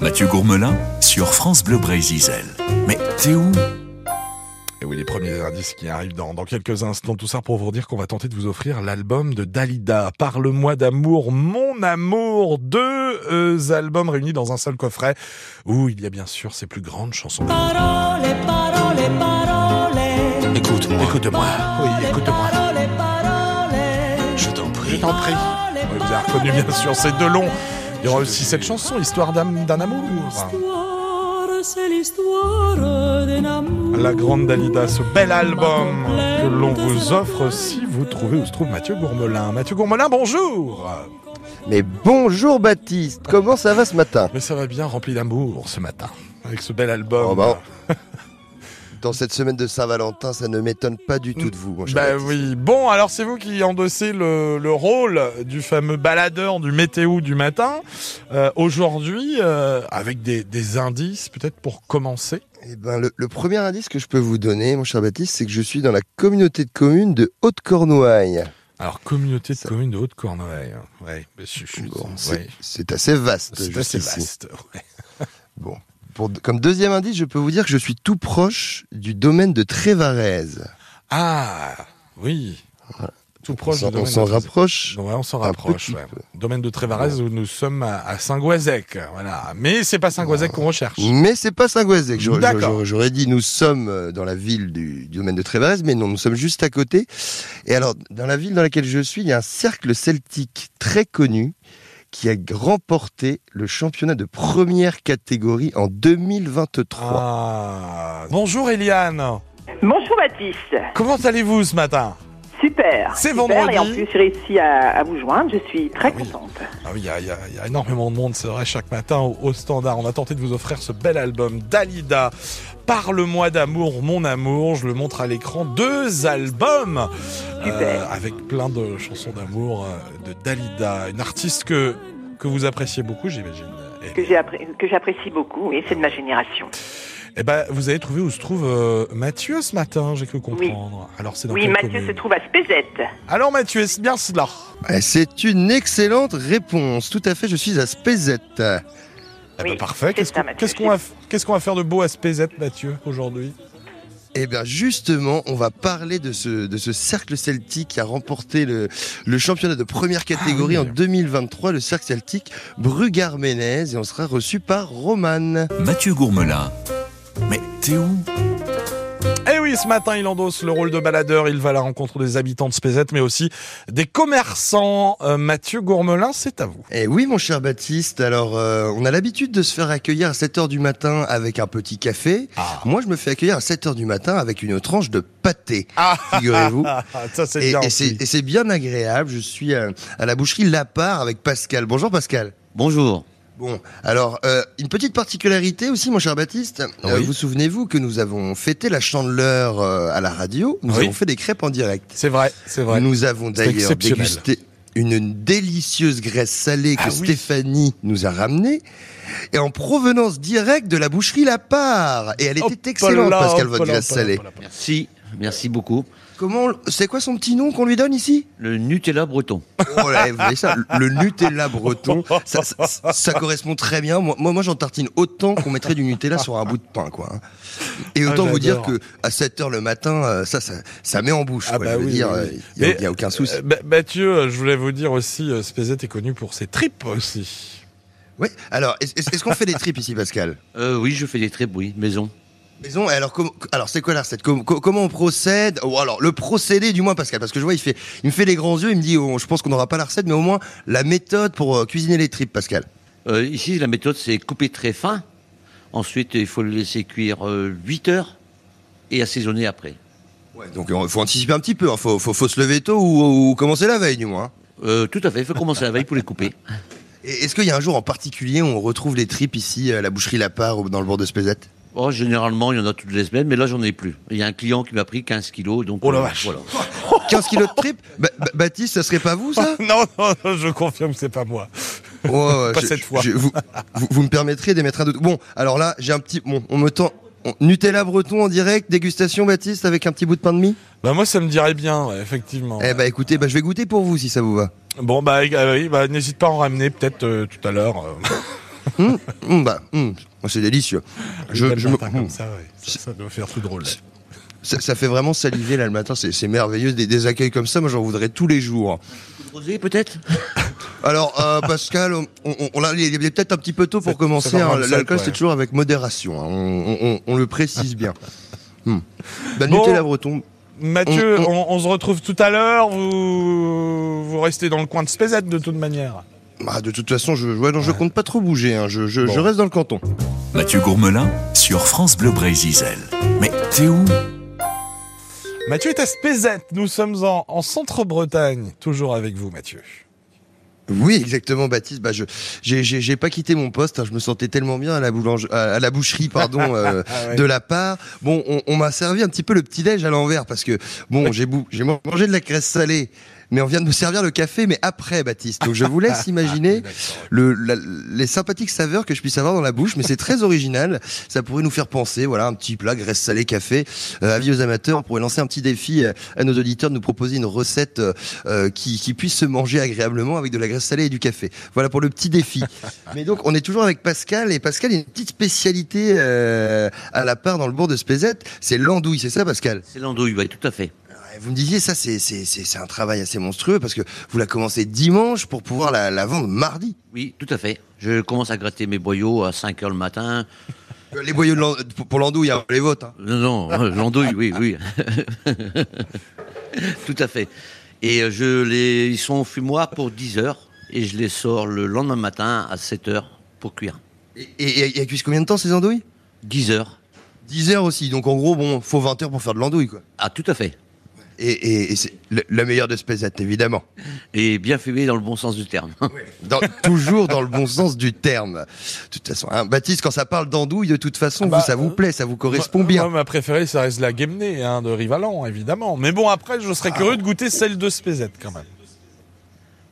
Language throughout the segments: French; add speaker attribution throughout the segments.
Speaker 1: Mathieu Gourmelin sur France Bleu Brésil. Mais t'es où
Speaker 2: Et oui, les premiers indices qui arrivent dans, dans quelques instants. Tout ça pour vous dire qu'on va tenter de vous offrir l'album de Dalida. Parle-moi d'amour, mon amour. Deux euh, albums réunis dans un seul coffret où il y a bien sûr ses plus grandes chansons.
Speaker 3: Parole, parole, parole.
Speaker 4: Écoute-moi,
Speaker 2: Écoute-moi. Oui, écoute-moi.
Speaker 3: Parole, parole.
Speaker 4: je t'en
Speaker 2: Je
Speaker 4: prie.
Speaker 2: t'en pris. vous avez reconnu bien sûr ces deux longs. Il y aura aussi cette chanson, Histoire d'âme- d'un amour.
Speaker 3: L'histoire, c'est l'histoire d'un amour.
Speaker 2: La grande Dalida, ce bel album que l'on vous offre si vous trouvez où se trouve Mathieu Gourmelin. Mathieu Gourmelin, bonjour
Speaker 5: Mais bonjour Baptiste, comment ça va ce matin
Speaker 2: Mais ça va bien, rempli d'amour ce matin, avec ce bel album.
Speaker 5: Oh bah, Dans cette semaine de Saint-Valentin, ça ne m'étonne pas du tout de vous, mon cher
Speaker 2: Bah
Speaker 5: Baptiste.
Speaker 2: oui, bon alors c'est vous qui endossez le, le rôle du fameux baladeur du météo du matin. Euh, Aujourd'hui, euh, avec des, des indices peut-être pour commencer.
Speaker 5: Eh ben, le, le premier indice que je peux vous donner, mon cher Baptiste, c'est que je suis dans la communauté de communes de Haute-Cornouailles.
Speaker 2: Alors communauté de
Speaker 5: Ça-
Speaker 2: communes de Haute-Cornouaille. hein. Ouais, mais je, je-
Speaker 5: Bon,
Speaker 2: je- ouais.
Speaker 5: c'est- C'est assez vaste.
Speaker 2: c'est
Speaker 5: juste
Speaker 2: assez
Speaker 5: ici.
Speaker 2: vaste. ouais.
Speaker 5: Bon. Pour- comme deuxième indice, je peux vous dire que je suis tout proche du domaine de Trévarez.
Speaker 2: Ah oui, tout proche. du
Speaker 5: on s'en- on
Speaker 2: domaine
Speaker 5: s'en
Speaker 2: de-
Speaker 5: rapproche.
Speaker 2: Ouais, on s'en
Speaker 5: Un
Speaker 2: rapproche.
Speaker 5: petit
Speaker 2: ouais.
Speaker 5: peu.
Speaker 2: Domaine de Trévarez où nous sommes à, à Saint-Goazec. Voilà. Mais c'est pas Saint-Goazec qu'on recherche.
Speaker 5: Mais c'est pas Saint-Gouazec. J'aurais-
Speaker 2: D'accord.
Speaker 5: j'aurais- J'aurais dit nous sommes euh, dans la ville du, du domaine de Trévarez, mais non, nous sommes juste à côté. Et alors, dans la ville dans laquelle je suis, il y a un cercle celtique très connu qui a remporté le championnat de première catégorie en 2023.
Speaker 2: Ah. Bonjour Eliane.
Speaker 6: Bonjour Baptiste.
Speaker 2: Comment allez-vous ce matin
Speaker 6: Super.
Speaker 2: C'est
Speaker 6: Super.
Speaker 2: vendredi.
Speaker 6: Et en plus, j'ai réussi à, à vous joindre. Je suis très
Speaker 2: Ah oui.
Speaker 6: contente.
Speaker 2: Ah oui, il y, a- il y a- il y a énormément de monde, c'est vrai, chaque matin au, au standard. On a tenté de vous offrir ce bel album Dalida. Parle-moi d'amour, mon amour. Je le montre à l'écran. Deux albums Euh,
Speaker 6: Super.
Speaker 2: avec plein de chansons d'amour euh, de Dalida, une artiste que que vous appréciez beaucoup, j'imagine. Eliane.
Speaker 6: Que j'ai appré- Que j'apprécie beaucoup. Et c'est de ma génération.
Speaker 2: Eh ben, vous avez trouvé où se trouve euh, Mathieu ce matin, j'ai cru comprendre. Alors c'est dans
Speaker 6: Oui,
Speaker 2: quelle
Speaker 6: Mathieu
Speaker 2: commune
Speaker 6: se trouve à Spézette.
Speaker 2: Alors Mathieu, est-ce bien cela
Speaker 5: Et C'est une excellente réponse. Tout à fait, je suis à Spézette.
Speaker 2: Eh
Speaker 6: Oui,
Speaker 2: ben, parfait.
Speaker 6: c'est
Speaker 2: Qu'est-ce
Speaker 6: ça,
Speaker 2: qu'on
Speaker 6: Mathieu,
Speaker 2: qu'est-ce qu'on va, f- qu'est-ce qu'on va faire de beau à Spézette, Mathieu, aujourd'hui
Speaker 5: Eh bien justement, on va parler de ce, de ce cercle celtique qui a remporté le, le championnat de première catégorie
Speaker 2: Ah oui.
Speaker 5: en 2023, le cercle celtique Brugard-Ménez, et on sera reçu par Roman.
Speaker 1: Mathieu Gourmelin. Mais t'es où
Speaker 2: Eh oui, ce matin, il endosse le rôle de baladeur. Il va à la rencontre des habitants de Spézette, mais aussi des commerçants. Euh, Mathieu Gourmelin, c'est à vous.
Speaker 5: Eh oui mon cher Baptiste, alors euh, on a l'habitude de se faire accueillir à 7h du matin avec un petit café.
Speaker 2: Ah,
Speaker 5: Moi je me fais accueillir à 7h du matin avec une tranche de pâté,
Speaker 2: Ah.
Speaker 5: figurez-vous.
Speaker 2: ça c'est
Speaker 5: Et,
Speaker 2: bien.
Speaker 5: et
Speaker 2: aussi.
Speaker 5: c'est- et c'est bien agréable, je suis à, à la boucherie La Part avec Pascal. Bonjour Pascal.
Speaker 4: Bonjour.
Speaker 5: Bon, alors, euh, une petite particularité aussi, mon cher Baptiste. Euh,
Speaker 4: Oui.
Speaker 5: vous souvenez-vous que nous avons fêté la chandeleur euh, à la radio Nous
Speaker 2: Oui.
Speaker 5: avons fait des crêpes en direct.
Speaker 2: C'est vrai, c'est vrai.
Speaker 5: Nous avons
Speaker 2: C'était
Speaker 5: d'ailleurs
Speaker 2: exceptionnel.
Speaker 5: dégusté une délicieuse graisse salée que
Speaker 2: Ah oui.
Speaker 5: Stéphanie nous a ramenée. Et en provenance directe de la boucherie La Part. Et elle était
Speaker 2: Hop
Speaker 5: excellente,
Speaker 2: là,
Speaker 5: Pascal,
Speaker 2: hop
Speaker 5: votre
Speaker 2: là,
Speaker 5: graisse
Speaker 2: hop là,
Speaker 5: salée.
Speaker 2: hop là, hop là.
Speaker 4: Merci, merci beaucoup.
Speaker 5: Comment, on- c'est quoi son petit nom qu'on lui donne ici
Speaker 4: Le Nutella breton.
Speaker 5: Oh là, vous voyez ça, le Nutella breton, ça, ça- ça correspond très bien. Moi, moi, moi, j'en tartine autant qu'on mettrait du Nutella sur un bout de pain, quoi. Et
Speaker 2: Ah,
Speaker 5: autant vous dire
Speaker 2: j'adore.
Speaker 5: que à 7 heures le matin, euh, ça, ça, ça met en bouche.
Speaker 2: Ah
Speaker 5: quoi.
Speaker 2: bah
Speaker 5: je veux
Speaker 2: oui,
Speaker 5: dire,
Speaker 2: oui,
Speaker 5: euh,
Speaker 2: oui.
Speaker 5: y a-
Speaker 2: Mais,
Speaker 5: y a aucun souci.
Speaker 2: Euh, Ba- Mathieu, euh, je voulais vous dire aussi, euh, Spézette est connu pour ses tripes aussi.
Speaker 5: Ouais. Alors, est- est- est-ce qu'on fait des tripes ici, Pascal
Speaker 4: Euh, oui, je fais des très oui, maison.
Speaker 5: Maison. et Alors, com- alors, c'est quoi la recette Com- co- Comment on procède Ou alors, le procédé du moins, Pascal, parce que je vois, il fait, il me fait les grands yeux. Il me dit, oh, je pense qu'on n'aura pas la recette, mais au moins la méthode pour euh, cuisiner les tripes, Pascal.
Speaker 4: Euh, ici, la méthode, c'est couper très fin. Ensuite, il faut le laisser cuire euh, 8 heures et assaisonner après.
Speaker 5: Ouais, donc il faut anticiper un petit peu, il faut, faut, faut se lever tôt ou, ou commencer la veille du moins. hein.
Speaker 4: Euh, tout à fait, il faut commencer la veille pour les couper.
Speaker 5: Et Est-ce qu'il y a un jour en particulier où on retrouve les tripes ici à la boucherie La Part ou dans le bord de Spézette
Speaker 4: Oh, généralement, il y en a toutes les semaines, mais là, j'en ai plus. Il y a un client qui m'a pris 15 kilos, donc
Speaker 2: Oh la
Speaker 4: euh,
Speaker 2: vache.
Speaker 4: voilà.
Speaker 5: 15 kilos de tripes Ba- Ba- Baptiste, ça serait pas vous ça
Speaker 2: Non, non, non, je confirme, c'est pas moi.
Speaker 5: Oh, ouais,
Speaker 2: Pas
Speaker 5: je-
Speaker 2: cette
Speaker 5: je-
Speaker 2: fois.
Speaker 5: je- vous, vous, vous me permettrez d'émettre un doute. Bon, alors là, j'ai un petit... Bon, on me tend... on- Nutella breton en direct, dégustation Baptiste avec un petit bout de pain de mie
Speaker 2: Bah moi, ça me dirait bien, ouais, effectivement.
Speaker 5: Eh bah écoutez, bah, je vais goûter pour vous si ça vous va.
Speaker 2: Bon bah, euh, oui, bah, n'hésite pas à en ramener peut-être euh, tout à l'heure. euh.
Speaker 5: Hum, hum, bah, hum, c'est délicieux. Je-
Speaker 2: Le
Speaker 5: je me- hum. Mm.
Speaker 2: matin comme ça, ouais. ça, ça doit faire tout drôle.
Speaker 5: Ça, ça fait vraiment saliver là le matin, c'est c'est merveilleux, des, des accueils comme ça, moi j'en voudrais tous les jours.
Speaker 4: Rosé, peut-être
Speaker 5: Alors euh, Pascal, on, on- on- là, il est peut-être un petit peu tôt
Speaker 2: C'est-
Speaker 5: pour commencer,
Speaker 2: c'est
Speaker 5: hein.
Speaker 2: normal, ça,
Speaker 5: l'alcool
Speaker 2: ouais.
Speaker 5: c'est toujours avec modération, hein. on, on- on- on le précise bien. Hmm. Bah,
Speaker 2: Bon.
Speaker 5: Nutella breton,
Speaker 2: Mathieu,
Speaker 5: On-
Speaker 2: on, on se retrouve tout à l'heure. Vous, vous restez dans le coin de Spézette de toute manière.
Speaker 5: bah, de toute façon je, ouais, non, je compte pas trop bouger, hein. je, je-
Speaker 2: Bon.
Speaker 5: je reste dans le canton.
Speaker 1: Mathieu Gourmelin sur France Bleu Brézizel. Mais t'es où
Speaker 2: Mathieu est à Spézette. Nous sommes en, en centre-Bretagne. Toujours avec vous, Mathieu.
Speaker 5: Oui, exactement, Baptiste. Bah, je j'ai- j'ai j'ai pas quitté mon poste. hein. Je me sentais tellement bien à la boulange, à, à la boucherie, pardon, euh,
Speaker 2: Ah ouais.
Speaker 5: de la part. Bon, on, on m'a servi un petit peu le petit déj à l'envers parce que bon, j'ai bou- j'ai mangé de la graisse salée. Mais on vient de me servir le café, mais après, Baptiste. Donc je vous laisse
Speaker 2: Ah,
Speaker 5: imaginer le, la- les sympathiques saveurs que je puisse avoir dans la bouche, mais c'est très original. Ça pourrait nous faire penser, voilà, un petit plat graisse salée café. Euh, avis aux amateurs, on pourrait lancer un petit défi euh, à nos auditeurs de nous proposer une recette euh, euh, qui, qui puisse se manger agréablement avec de la graisse salée et du café. Voilà pour le petit défi. Mais donc, on est toujours avec Pascal, et Pascal, il y a une petite spécialité euh, à la part dans le bourg de Spézette, c'est l'andouille, c'est ça, Pascal
Speaker 4: C'est l'andouille, oui, tout à fait.
Speaker 5: Ouais, Vous me disiez, ça, c'est c'est- c'est- c'est un travail assez monstrueux, parce que vous la commencez dimanche pour pouvoir la, la vendre mardi.
Speaker 4: Oui, tout à fait. Je commence à gratter mes boyaux à 5 heures le matin.
Speaker 5: Euh, Les boyaux de l'an- pour- pour l'andouille, hein, les votes. hein.
Speaker 4: Non, non, euh, l'andouille, oui, oui. tout à fait. Et euh, je les, ils sont au fumoir pour 10 heures et je les sors le lendemain matin à 7 heures pour cuire.
Speaker 5: Et, et, et elles cuisent combien de temps, ces andouilles
Speaker 4: 10 heures
Speaker 5: 10 heures aussi, donc en gros, bon, faut 20 heures pour faire de l'andouille, quoi.
Speaker 4: Ah, tout à fait.
Speaker 5: Et, et- et c'est le- la meilleure de Spézette, évidemment.
Speaker 4: Et bien fumé dans le bon sens du terme.
Speaker 5: Dans- toujours dans le bon sens du terme. De toute façon, hein, Baptiste, quand ça parle d'andouille, de toute façon,
Speaker 2: Bah,
Speaker 5: vous, ça vous
Speaker 2: euh,
Speaker 5: plaît, ça vous correspond
Speaker 2: Moi-
Speaker 5: bien.
Speaker 2: Moi, ma préférée, ça reste la Guémené, hein, de Rivalan, évidemment. Mais bon, après, je
Speaker 5: Ah.
Speaker 2: serais curieux de goûter celle de Spézette, quand même.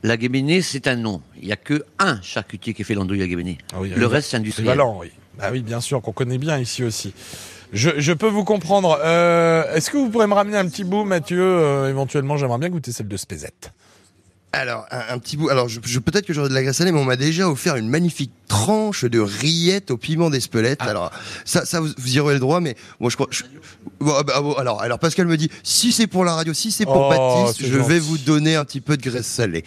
Speaker 4: La guéménée, c'est un nom. Il n'y a que un charcutier qui fait l'andouille à guéménée.
Speaker 2: Ah oui,
Speaker 4: le
Speaker 2: oui.
Speaker 4: reste, c'est industriel.
Speaker 2: Rivalan, oui. Ah oui, bien sûr, qu'on connaît bien ici aussi. Je, je peux vous comprendre. Euh, Est-ce que vous pourrez me ramener un petit bout, Mathieu Euh, Éventuellement, j'aimerais bien goûter celle de Spézette.
Speaker 5: Alors, un, un petit bout. Alors, je, je- peut-être que j'aurais de la graisse salée, mais on m'a déjà offert une magnifique tranche de rillette au piment d'Espelette.
Speaker 2: Ah.
Speaker 5: Alors, ça, ça vous, vous y aurez le droit, mais moi, je crois. je- bon, ah bah, ah bon, alors, alors, Pascal me dit si c'est pour la radio, si c'est
Speaker 2: Oh,
Speaker 5: pour Baptiste,
Speaker 2: c'est
Speaker 5: je vais
Speaker 2: gentil.
Speaker 5: vous donner un petit peu de graisse salée.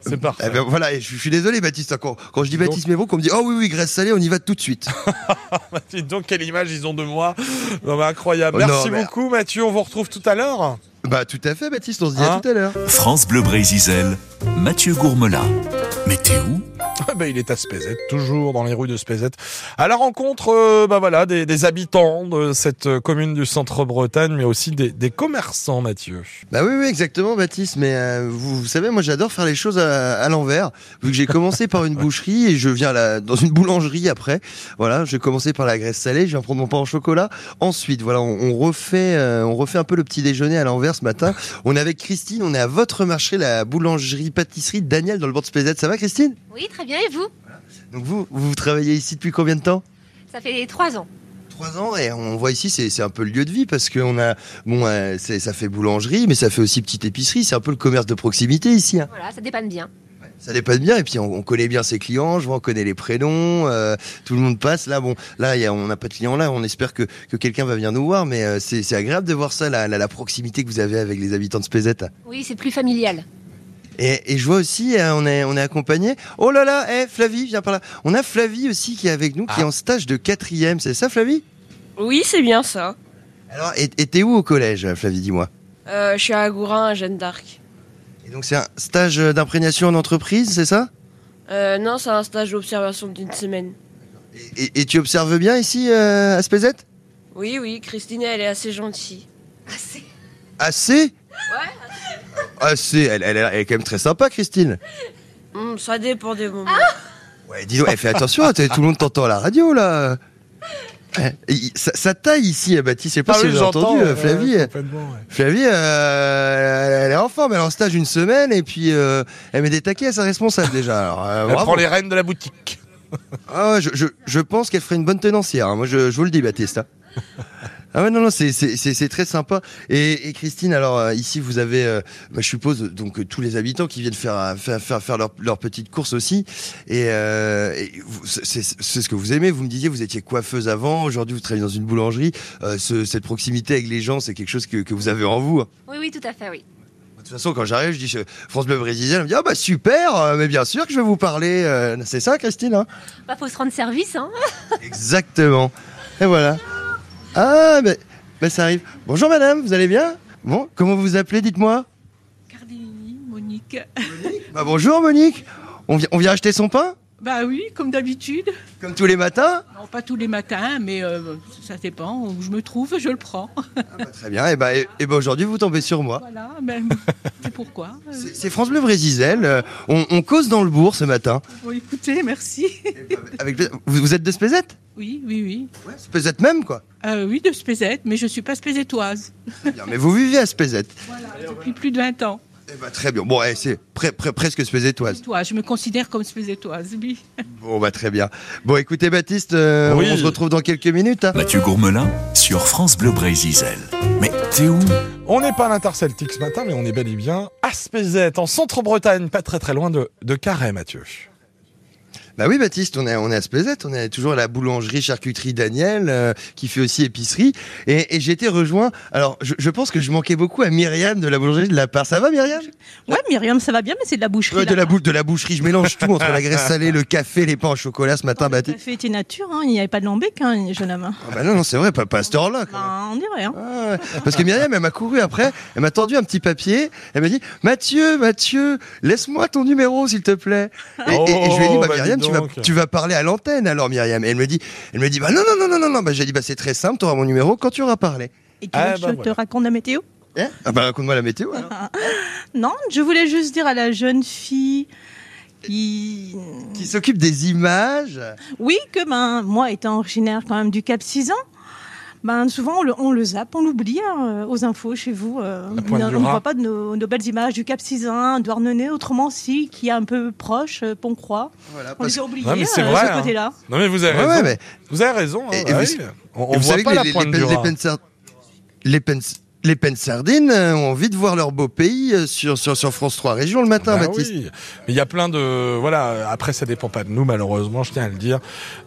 Speaker 2: C'est
Speaker 5: Eh
Speaker 2: parfait.
Speaker 5: ben, voilà, et je, je suis désolé, Baptiste. hein, Quand, quand je dis Baptiste Mébo, qu'on me dit oh oui, oui, graisse salée, on y va tout de suite.
Speaker 2: Dites donc, quelle image ils ont de moi. Non, mais incroyable.
Speaker 5: Oh non,
Speaker 2: Merci
Speaker 5: mais-
Speaker 2: beaucoup, Mathieu. On vous retrouve tout à l'heure.
Speaker 5: bah, tout à fait, Baptiste, on se dit
Speaker 2: Hein
Speaker 5: à tout à l'heure.
Speaker 1: France Bleu Brézizel, Mathieu Gourmelin. Mais t'es où
Speaker 2: Ah ben, il est à Spézette, toujours dans les rues de Spézette, à la rencontre euh, bah voilà, des, des habitants de cette euh, commune du centre-Bretagne, mais aussi des, des commerçants, Mathieu.
Speaker 5: Bah oui, oui, exactement, Baptiste. Mais euh, vous, vous savez, moi, j'adore faire les choses à, à l'envers. Vu que j'ai commencé par une boucherie et je viens là, dans une boulangerie après. Voilà, j'ai commencé par la graisse salée, je viens prendre mon pain au chocolat. Ensuite, voilà, on, on refait, euh, on refait un peu le petit déjeuner à l'envers ce matin. On est avec Christine, on est à votre marché, la boulangerie-pâtisserie Daniel dans le bord de Spézette. Ça va, Christine
Speaker 7: Oui, très bien. Et vous
Speaker 5: Donc vous, vous travaillez ici depuis combien de temps
Speaker 7: Ça fait trois ans.
Speaker 5: Trois ans et on voit ici c'est c'est un peu le lieu de vie parce qu'on a bon euh, c'est- ça fait boulangerie mais ça fait aussi petite épicerie c'est un peu le commerce de proximité ici hein.
Speaker 7: Voilà, ça dépanne bien.
Speaker 5: ça dépanne bien et puis on, on connaît bien ses clients je vois on connaît les prénoms euh, tout le monde passe là bon là il y a, on n'a pas de clients là on espère que, que quelqu'un va venir nous voir mais euh, c'est c'est agréable de voir ça la, la, la proximité que vous avez avec les habitants de Spézette
Speaker 7: Oui, c'est plus familial.
Speaker 5: et, et je vois aussi euh, on est on est accompagné oh là là eh Flavie viens par là on a Flavie aussi qui est avec nous qui est en stage de quatrième c'est ça Flavie
Speaker 8: Oui, c'est bien ça.
Speaker 5: alors et et t'es où au collège Flavie dis-moi
Speaker 8: Euh, je suis à Agourin, à Jeanne d'Arc.
Speaker 5: Et donc c'est un stage euh, d'imprégnation en entreprise, c'est ça
Speaker 8: Euh, non, c'est un stage d'observation d'une semaine.
Speaker 5: et, et- et tu observes bien ici euh, à Spézette
Speaker 8: Oui, oui, Christine, elle est assez gentille.
Speaker 5: Assez Ouais. Assez, elle, elle- elle est quand même très sympa Christine.
Speaker 8: Hum, ça dépend des moments.
Speaker 9: Ah,
Speaker 5: Ouais, dis donc, eh, fais attention, t'es- tout le monde t'entend à la radio là. Eh, il- Ça, ça taille ici, eh, Baptiste, je sais
Speaker 2: Ah
Speaker 5: pas si vous avez entendu, euh, Flavie. euh, Flavie, euh, elle est en forme, elle est en stage une semaine et puis euh, elle met des taquets à sa responsable déjà. Alors, euh,
Speaker 2: Elle
Speaker 5: bravo.
Speaker 2: prend les rênes de la boutique.
Speaker 5: Ah ouais, je, je, je pense qu'elle ferait une bonne tenancière. hein. Moi, je, je vous le dis, Baptiste. hein. Ah ouais, non, non, c'est- c'est c'est- c'est très sympa. Et, et Christine, alors euh, ici, vous avez, euh, bah, je suppose, donc euh, tous les habitants qui viennent faire, euh, faire, faire, faire leur, leur petite course aussi. Et, euh, et vous- c'est c'est- c'est ce que vous aimez. Vous me disiez, vous étiez coiffeuse avant, aujourd'hui vous travaillez dans une boulangerie. Euh, ce- cette proximité avec les gens, c'est quelque chose que, que vous avez en vous. hein.
Speaker 7: Oui, oui, tout à fait, oui.
Speaker 5: De toute façon, quand j'arrive, je dis euh, France Bleu Brésilien, elle me dit, ah bah super, euh, mais bien sûr que je vais vous parler. euh, c'est ça, Christine hein
Speaker 7: Bah, faut se rendre service, hein.
Speaker 5: Exactement. Et voilà. Ah, ben ben, ça arrive. Bonjour madame, vous allez bien Bon, comment vous vous appelez, dites-moi
Speaker 9: Cardellini, Monique.
Speaker 5: Bah bonjour Monique. On, vient- on vient acheter son pain
Speaker 9: Bah oui, comme d'habitude.
Speaker 5: Comme tous les matins
Speaker 9: Non, pas tous les matins, mais euh, ça dépend. Où je me trouve, je le prends.
Speaker 5: Ah, bah, Très bien, et bah, et, et bah, aujourd'hui vous tombez sur moi.
Speaker 9: Voilà, même. C'est pourquoi. Euh,
Speaker 5: C'est c'est France Bleu Brésil, Euh, on, on cause dans le bourg ce matin. Eh,
Speaker 9: bon, écoutez, merci.
Speaker 5: Avec, le- vous, vous êtes de Spézette
Speaker 9: Oui, oui, oui.
Speaker 5: Spézette même quoi
Speaker 9: Euh, oui, de Spézette, mais je suis pas spézettoise.
Speaker 2: Ah
Speaker 5: Très bien, mais vous vivez à Spézette.
Speaker 9: Depuis plus de 20 ans.
Speaker 5: Eh bah, très bien, bon eh, c'est pre- pre- presque spézettoise.
Speaker 9: Toi, je me considère comme spézettoise, oui.
Speaker 5: Bon bah très bien. Bon écoutez Baptiste, euh,
Speaker 2: Oui.
Speaker 5: on se retrouve dans quelques minutes. hein.
Speaker 1: Mathieu Gourmelin sur France Bleu Brésil. Mais t'es où
Speaker 2: On n'est pas à l'interceltique ce matin, mais on est bel et bien à Spézet, en centre-Bretagne, pas très très loin de, de Carhaix, Mathieu.
Speaker 5: Bah oui, Baptiste, on est, on est à Spézet, on est toujours à la boulangerie charcuterie Daniel, euh, qui fait aussi épicerie. Et, et j'ai été rejoint, alors je, je pense que je manquais beaucoup à Myriam de la boulangerie de la part. Ça va Myriam
Speaker 10: Ouais, Myriam, ça va bien, mais c'est de la boucherie.
Speaker 5: Euh,
Speaker 10: là.
Speaker 5: de, la bou- de la boucherie, je mélange tout entre la graisse salée, le café, les pains au chocolat ce matin,
Speaker 10: Tout à
Speaker 5: Baptiste.
Speaker 10: fait, était nature, hein, il n'y avait pas de lambec, hein, jeune homme.
Speaker 5: Ah bah non, non, c'est vrai, pas, pas à cette heure-là. quand même.
Speaker 10: Bah, on dirait. Hein.
Speaker 5: Ah ouais. Parce que Myriam, elle m'a couru après, elle m'a tendu un petit papier, elle m'a dit Mathieu, Mathieu, laisse-moi ton numéro s'il te plaît. Et, et- et je lui ai dit
Speaker 2: Oh,
Speaker 5: bah,
Speaker 2: bah,
Speaker 5: Myriam,
Speaker 2: dis
Speaker 5: tu vas,
Speaker 2: donc.
Speaker 5: tu vas parler à l'antenne alors Myriam. Et elle me dit, elle me dit bah non non non non non non. Bah, j'ai dit bah c'est très simple, tu auras mon numéro quand tu auras parlé.
Speaker 10: Et tu
Speaker 2: Ah,
Speaker 10: veux que
Speaker 2: bah,
Speaker 10: je te
Speaker 2: voilà.
Speaker 10: raconte la météo
Speaker 5: Hein ah bah raconte-moi la météo. alors.
Speaker 10: Non, je voulais juste dire à la jeune fille qui.
Speaker 5: Qui s'occupe des images.
Speaker 10: Oui, que ben, moi, étant originaire quand même du Cap 6 ans, ben, souvent on le, on le zappe, on l'oublie hein, euh, aux infos chez vous. euh,
Speaker 2: La
Speaker 10: on
Speaker 2: pointe du
Speaker 10: ne
Speaker 2: rat.
Speaker 10: voit pas de nos, nos belles images du Cap 6 ans, d'Ouarnenez, autrement si, qui est un peu proche, euh, Poncroix.
Speaker 5: Voilà.
Speaker 10: On
Speaker 5: parce
Speaker 10: les a oubliés
Speaker 2: Non, mais c'est
Speaker 10: euh,
Speaker 2: vrai,
Speaker 10: ce
Speaker 2: hein.
Speaker 10: côté-là.
Speaker 2: Non mais vous avez
Speaker 5: Ouais,
Speaker 2: raison.
Speaker 5: ouais, mais
Speaker 2: Vous avez raison. hein,
Speaker 5: Et- et
Speaker 2: bah
Speaker 5: vous-
Speaker 2: oui. On, on
Speaker 5: vous
Speaker 2: voit
Speaker 5: savez que
Speaker 2: pas
Speaker 5: les,
Speaker 2: la
Speaker 5: les-
Speaker 2: pointe
Speaker 5: les
Speaker 2: du
Speaker 5: pen-
Speaker 2: rat.
Speaker 5: les pen- sar- les pen- les pen sardines euh, ont envie de voir leur beau pays euh, sur, sur, sur France 3 Région le matin,
Speaker 2: Bah
Speaker 5: Baptiste.
Speaker 2: oui. Mais il y a plein de voilà. Après, ça dépend pas de nous, malheureusement. Je tiens à le dire.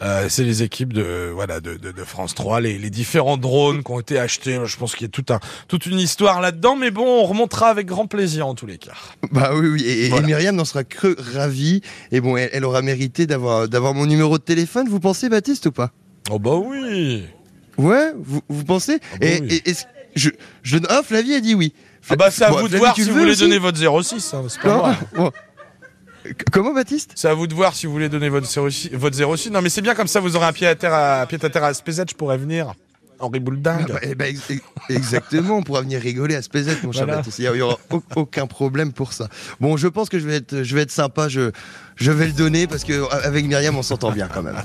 Speaker 2: Euh, c'est les équipes de voilà de, de, de France 3, les, les différents drones qui ont été achetés. Je pense qu'il y a tout un toute une histoire là-dedans. Mais bon, on remontera avec grand plaisir en tous les cas.
Speaker 5: Bah oui, oui. Et, et
Speaker 2: Voilà.
Speaker 5: Myriam n'en sera que ravie. Et bon, elle, elle aura mérité d'avoir d'avoir mon numéro de téléphone. Vous pensez, Baptiste, ou pas
Speaker 2: Oh bah oui.
Speaker 5: Ouais, vous, vous pensez
Speaker 2: bah
Speaker 5: Et,
Speaker 2: oui.
Speaker 5: et- est-ce- je, je ah, Flavie a dit oui.
Speaker 2: Ah bah c'est à
Speaker 5: Bon,
Speaker 2: vous de
Speaker 5: Flavie,
Speaker 2: voir
Speaker 5: tu
Speaker 2: si
Speaker 5: le
Speaker 2: vous
Speaker 5: veux
Speaker 2: voulez
Speaker 5: aussi
Speaker 2: donner votre 06. hein, c'est pas
Speaker 5: Non
Speaker 2: moi.
Speaker 5: Bon. C- Comment, Baptiste
Speaker 2: C'est à vous de voir si vous voulez donner votre 06. Votre 06. Non mais c'est bien comme ça. Vous aurez un pied à terre à pied à terre à Spézet. Je pourrais venir. Henri
Speaker 5: Ah
Speaker 2: Bouledingue.
Speaker 5: bah, eh ben, ex- ex- exactement, on pourra venir rigoler à Spézette, mon cher
Speaker 2: Voilà.
Speaker 5: Baptiste. Il n'y aura au- aucun problème pour ça. Bon, je pense que je vais être, je vais être sympa, je, je vais le donner parce que euh, avec Myriam, on s'entend bien quand même.